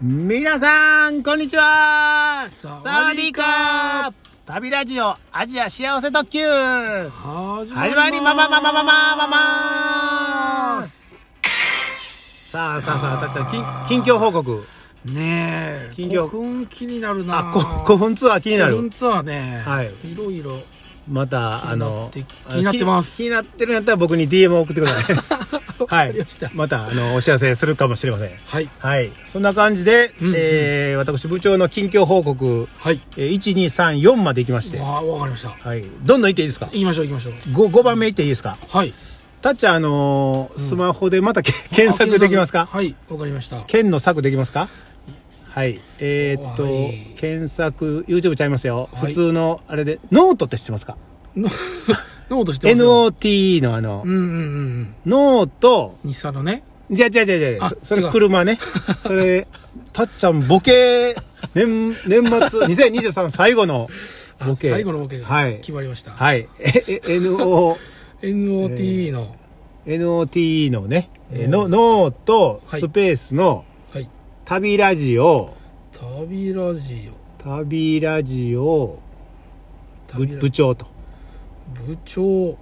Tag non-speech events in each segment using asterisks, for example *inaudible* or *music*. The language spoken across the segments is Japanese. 皆さん、こんにちはサワサワデディィーーカカー旅ラジオアジア幸せ特急始始まりままままままままーすすさあさあさあ、私たちは近近況報告。ねえ金魚古墳気になるなあ、こ古墳ツアー気にな古る墳。ツアーねはいいろいろまた、あの、気になって気になってます気気になってるんやったら僕に DM を送ってください。 *laughs* はわかいりました。また、あの、お知らせするかもしれません。はいはい。そんな感じで、うんうんえー私部長の近況報告、はいえー1、2、3、4まで行きまして。わわかりましたはい。どんどん行っていいですか行きましょう行きましょう 5, ?5 番目行っていいですかはいたっちゃん、あのースマホでまたけ、検索できますあか検索はいわかりました剣の策できますかはい。えーっと、はい検索、YouTube ちゃいますよ。はい普通の、あれで、ノートって知ってますかの *laughs* ノートしてますよ ?NOT のあの、うんうんうんうんノート、日産のねじゃじゃじゃじゃじゃあそ違れう車ね。それ、たっちゃんボケ、年、年末、2023最 *laughs* 後のあボケ。最後のボケはがい。決まりましたはい。え、え、NO、 NOT の NOT のね、えうんの、ノート、はいスペースの、はい旅ラジオ、旅ラジオ旅ラジオ、ぶ旅ラ部長と。部長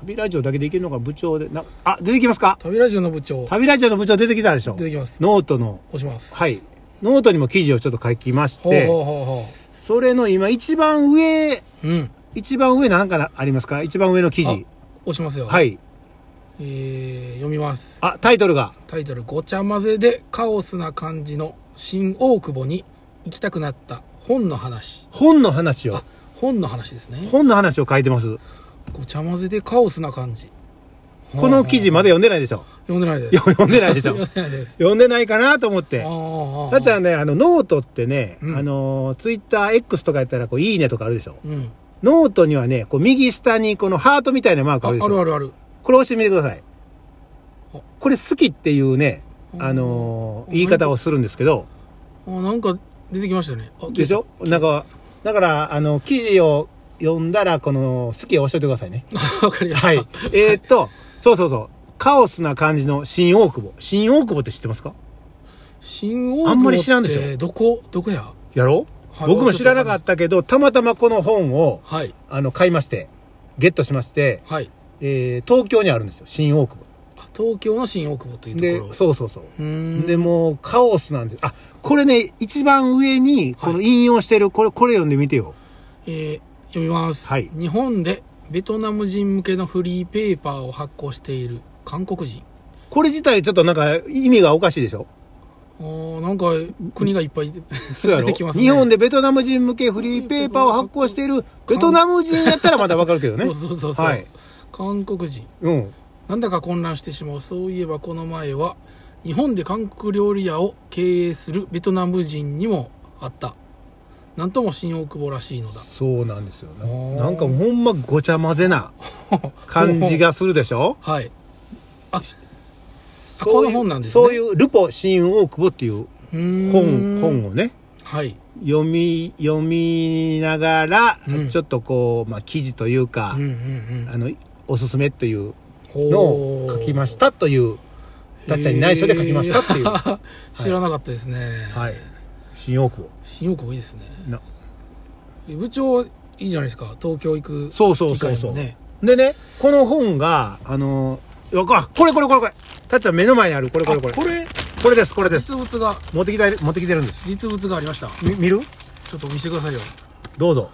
旅ラジオだけでいけるのか、部長で。なあ、出てきますか旅ラジオの部長旅ラジオの部長出てきたでしょ出てきますノートの、押しますはい。ノートにも記事をちょっと書きましほうて、ほうほうほそれの今一番上、ううん一番上なんかありますか一番上の記事。押しますよはい。えー、読みますあ、タイトルが。タイトル「ごちゃ混ぜでカオスな感じの新大久保に行きたくなった本の話本の話を。」本の話ですね本の話を書いてます。ごちゃ混ぜでカオスな感じこの記事までで読んでないでしょ。読んでないですよ読んでないでしょ。読んでないです読んでないかなと思って。あたっちゃんんね、あの、ノートってね、うんあの、ツイッター X とかやったら、こう、いいねとかあるでしょ。うんノートにはね、こう、右下に、このハートみたいなマークあああるでしょ。るあるあるこれ押してみてくださいあ。これ好きっていうね、うんあのーうん言い方をするんですけど、あなんか出てきましたねあでしょなんか、だから、あの、記事を読んだら、この、好きを押しといてください *laughs* ね。 *laughs* わかりました、はい。えーっと、そうそうそう。カオスな感じの新大久保。新大久保って知ってますか新大久保ってあんまり知らんですよどこどこややろはい僕も知らなかったけど、たまたまこの本を、はいあの、買いまして、ゲットしまして、はいえー東京にあるんですよ、新大久保。あ東京の新大久保というところで、そうそうそう。うーんで、もうカオスなんです。あ、これね、一番上に、この引用してる、これ、これ読んでみてよ。えー読みます、はい日本でベトナム人向けのフリーペーパーを発行している韓国人これ自体ちょっとなんか意味がおかしいでしょあーなんか国がいっぱいそうや出ろ、てきますね日本でベトナム人向けフリーペーパーを発行しているベトナム人やったらまだわかるけどね。 *laughs* そうそうそうそう、はい韓国人うん。なんだか混乱してしまうそういえばこの前は日本で韓国料理屋を経営するベトナム人にもあったなんとも新大久保らしい *laughs* のだそうなんですよ。なおーなんかほんまごちゃ混ぜな感じがするでしょはいああそういうこの本なんですねそういうルポ新大久保っていううー本、ん本をね。はい読み、読みながら、うんちょっとこう、まあ、記事というかうん、うんあの、おすすめといううんのを書きましたという、たっちゃんに内緒で書きましたっていう。へー *laughs* 知らなかったですね、 *laughs* はい。新大久保。新大久保いいですねなえ部長いいじゃないですか東京行くそうそうそうそう機会もねでね、この本が、あの、わか、これこれこれこれ。たっちゃん目の前にある、これこれこれ。あこれこれです、これです。実物が持ってきた、持ってきてるんです。実物がありましたちみ見るょっと見せてくださいよどうぞ。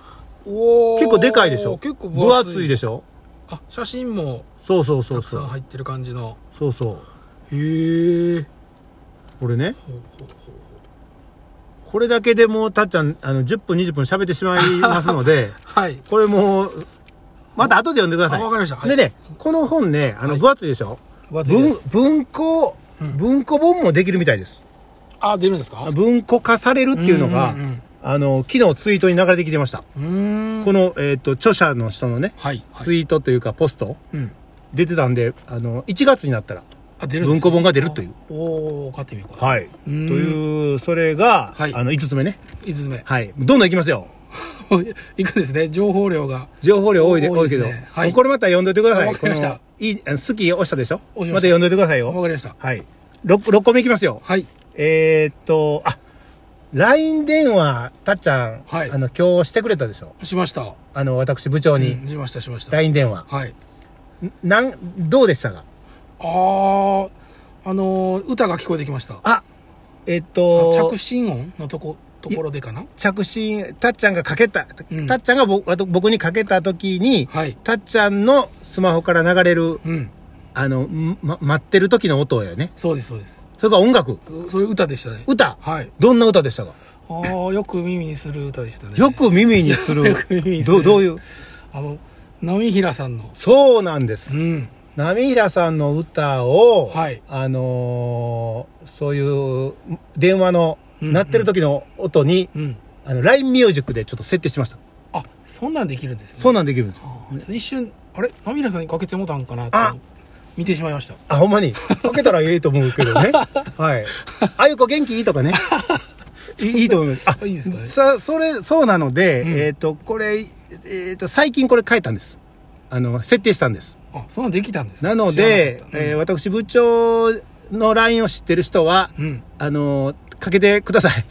おー結構でかいでしょ結構分厚いでししょょあ写真もそうそうそたうくさそんう。入ってる感じのそうそう。へえこれね。これだけでもうたっちゃん、あの、10分20分喋ってしまいますので、はい *laughs* これもう、また後で読んでください。あわかりましたはいでね、この本ね、あの、はい分厚いでしょ、分厚いで文す、文庫、うん文庫本もできるみたいです。あ出るんですか文庫化されるっていうのが、うんうんあの、昨日ツイートに流れてきてました。うんうーんこの、えっ、と、著者の人のね、はいはいツイートというか、ポスト、うん出てたんで、あの、1月になったら、あ出るんです文ね庫本が出るというあおお買ってみようかはい。とういんう、それが、はいあの、5つ目ね。 5つ目 *laughs* はい。どんどんいきますよ。いくんですね情報量が情報量多いで、多多いいですけねど。はいもうこれまた読んどいてください。わかりましたこのいい、あの好き押したでしょ押しままたした読んどいてくださいわよ。かりましたはい。6、六個目いきますよ。はいえーっと、あ、LINE 電話、たっちゃん、はいあの、今日してくれたでしょしました。あの、私部長うに、んしました、しました。 LINE 電話。はい。なん、どうでしたかあー、あのー歌が聞こえてきました。あ、えーっと、着信音のとこ、ところでかな着信、たっちゃんがかけた、うんたっちゃんが僕あと僕にかけた時に、はい。たっちゃんのスマホから流れる、うん。あの、んま、待ってる時の音よね。そうです、そうです。それから音楽、うそういう歌でしたね。歌。はい。どんな歌でしたかあー、よく耳にする歌でしたね。 *laughs* よく耳にするよ。く耳にすどるうどういうあの、波平さんの。そうなんですう。ん。波平さんの歌を、はいあのーそういう電話の、うんうん鳴ってる時の音に、うん。あの、LINE ミュージックでちょっと設定しました。あ、そんなんできるんですね。そうなんできるんですよ。あーちょっと一瞬、あれ波平さんにかけてもたんかなってあ見てしまいました。あ、ほんまに。かけたらいいと思うけど *laughs* ね。はい。あゆこ元気いいとかね。いいいいと思います。ああいいですかねさ、それ、そうなので、うんえっ、と、これ、えっ、と、最近これ変えたんです。あの、設定したんです。あ、そんなんできたんですねなの知でら、なかったえー私部長の LINE を知ってる人は、うんうん。あの、かけてください。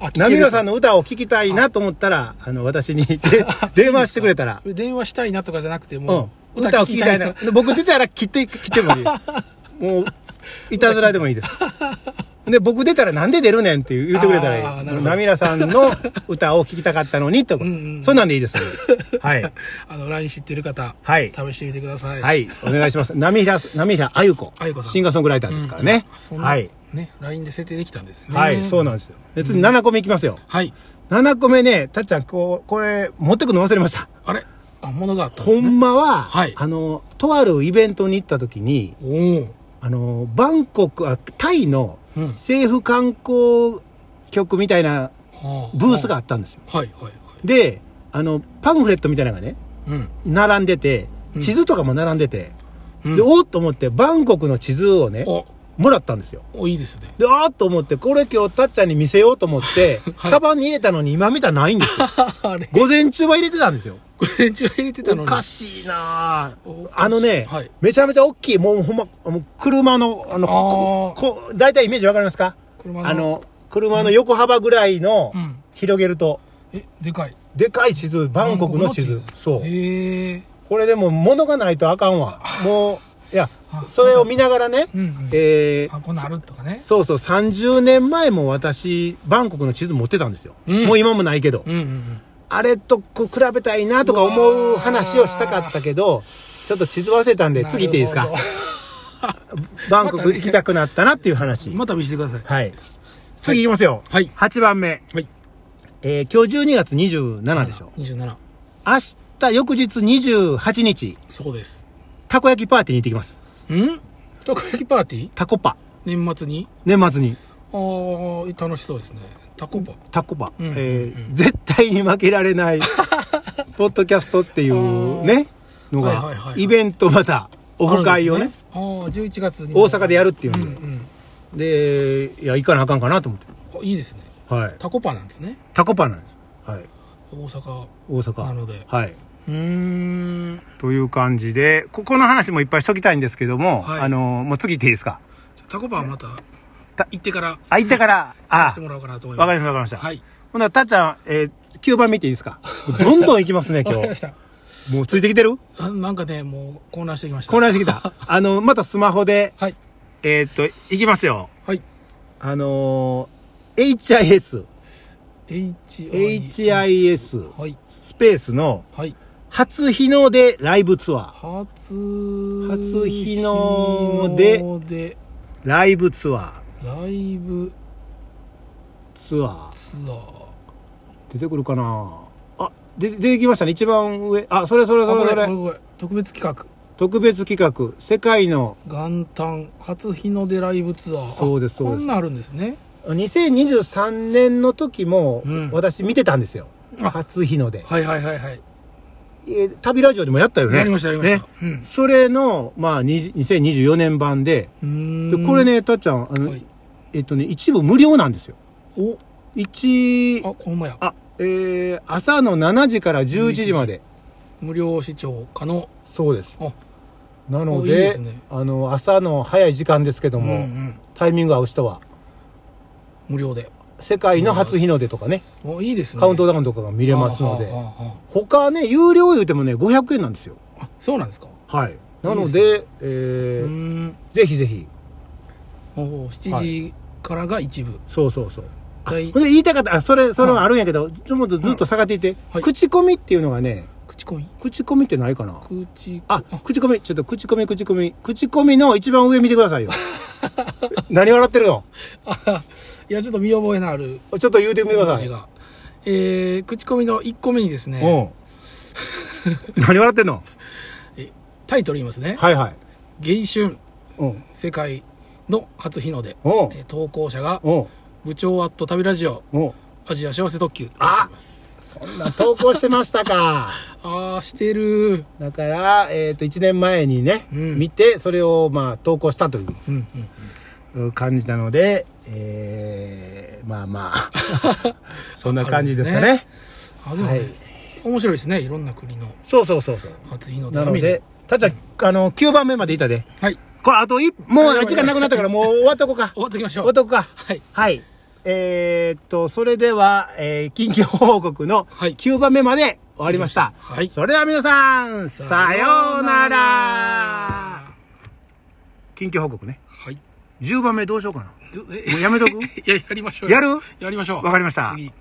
あ、聞けるナミロさんの歌を聴きたいなと思ったら、あの、私に *laughs* で電話してくれたら、電話したいなとかじゃなくてうもん、歌を聴きたいな。僕出たら切って、切っても *laughs* いい。もう、いたずらでもいいです。で、僕出たらなんで出るねんって言ってくれたあらいーい。なるほどナミラさんの歌を聴きたかったのにとかうんうん、そんなんでいいです。はい。 *laughs* あの LINE 知ってる方、はい。試してみてください、、はいい。お願いします。ナミラ、ナミラあゆこあゆこ。さんシンガーソングライターですからね。そんな、はい。ね LINE で設定できたんですねはい、そうなんですよ。で次7個目いきますよ。はい7個目ね、たっちゃん、こう、これ、持ってくの忘れました。あれあ物があったんで *laughs* ほすねんまは、はいあの、とあるイベントに行った時に、おーあの、バンコク、あ、タイのうん政府観光局みたいなはあブースがあったんですよ。はいはいはいで、あの、パンフレットみたいなのがね、うん並んでて、うん地図とかも並んでて、うんで、おっと思って、バンコクの地図をね、おもらったんですよ。おいいですね *laughs* で、あーっと思って、これ今日たっちゃんに見せようと思って、はいカバンに入れたのに今見たらないん *laughs* ですよ。あれ午前中は入れてたんですよ。午前中入れてたのにおかしいなあおかしいあのね、はいめちゃめちゃ大きい、もうほんま、もう車の、あの、あーここ大体イメージわかりますか車のあの、車の横幅ぐらいのうん、広げると、えでかいでかい地図、バンコクの地図。そう。へえこれでも物がないとあかんわ。もう、いや *laughs* あ、それを見ながらね、うんうんえーあこんなんあるとかねそうそう、30年前も私、バンコクの地図持ってたんですよ。うんもう今もないけど。うんうんうんあれとこう比べたいなとか思う話をしたかったけど、ちょっと地図忘れたんで、次行っていいですなかるほバンコク行きたくなったなっていう話。ど *laughs* また見せてくださいはい。次行きますよ。はい8番目。はいえー、今日12月27でしょ。 27明日、翌日28日、そうですたこ焼きパーティーに行ってきます。んたこ焼きパーティーたこパ。年末に年末に。ああ楽しそうですねタコパたこパ。うんうんうんえー、絶対に負けられ *laughs* ない、ポッドキャストっていうね、のはいはいはいがは、いイベントまた、オフ会をね、あるんですねあー11月に大阪でやるっていうんうで。んで、いや、行かなあかんかなと思っうんいいですねて。はい。タコパなんですねタコパなんです。はい。大阪大阪。なのではい。うーんという感じで、ここの話もいっぱいしときたいんですけども、はいあの、もう次行っていいですか。タコパはまたた行ってからあ、行ったから、あして、もらおうかなと思いまわすかりました、わかりました。はいほな、たっちゃん、えー、9番見ていいです *laughs* か。どんどん行きますね、わ今かりまし日。たもうついてきてるあなんかねもう混乱してきました混乱してきた。あの、またスマホで、 *laughs* はいえーっと、行きますよ。はいあのー HIS、 H HIS はいスペースの、はい初日の出ライブツアー。初初日の出日の出ライブツアー。ライブツアー。ツアー出てくるかなあ、で、出てきましたね。一番上。あ、それそれそあこれれそこれれ。これ特別企画特別企画。世界の元旦初日の出ライブツアーそうですあそうですこんなんあるんですね2023年の時もうん私見てたんですよ。あ初日の出。はいはいはいはい、えー旅ラジオでもやったよね。やりましたやりました、ね。それの、まあ、に2024年版で。うんうでーんこれね、たっちゃん、あの、はいえっとね、一部無料なんですよ。お一、あほんまやあ、えー、朝の7時から11時まで。無料視聴可能そうです。あなのおいいでですねあの朝の早い時間ですけども、うんうんタイミング合う人は無料で世界の初日の出とかね、もういいですねカウントダウンとかが見れますのではあ、はあは他ね、有料言うてもね、500円なんですよ。ああそうなんですかはい。なので、えーうーんぜひぜひ。おお7時からが一部、そうそうそう。第ほんで言いたかった、あ、それ、それはあるんやけど、ちょっとずっと下がっていて、はい口コミっていうのがね、口コミ口コミってないかな口あ、口コミ、ちょっと口コミ、口コミ。口コミの一番上見てくだ *laughs* さいよ。何笑ってるのあいやちょっと見覚えのあるちょっと言うてみてくだ文さ字い。が、えー、口コミの1個目にですねうん。何笑ってんのタイトル言いますねはいはい。 「迎春うん。世界の初日の出」おうえー投稿者がおう部長アット旅ラジオおうアジア幸せ特急あますそんな投稿してましたか。あーしてるだから、えっ、と、1年前にね、うん見て、それを、まあ、投稿したというんうんう感じなので、えー、まあま *laughs* あ、そんな感じですかあれね。あでも、はい面白いですねいろんな国のそうそうそうそう。初日の出ながの見れるで、たっちゃん、あの、9番目までいたで。はいこれ、あと一、もう時間なくなったから、もう終わっとこうか。終わってきまし終ょわうっとこうか。はいはい。えーっと、それでは、えー、緊急報告のはい9番目まで終わりました。はいそれでは皆さん、さようなら緊急報告ね。はい10番目どうしようかな。どえもうやめとく *laughs* いややりましょうよやるやりましょうわかりました次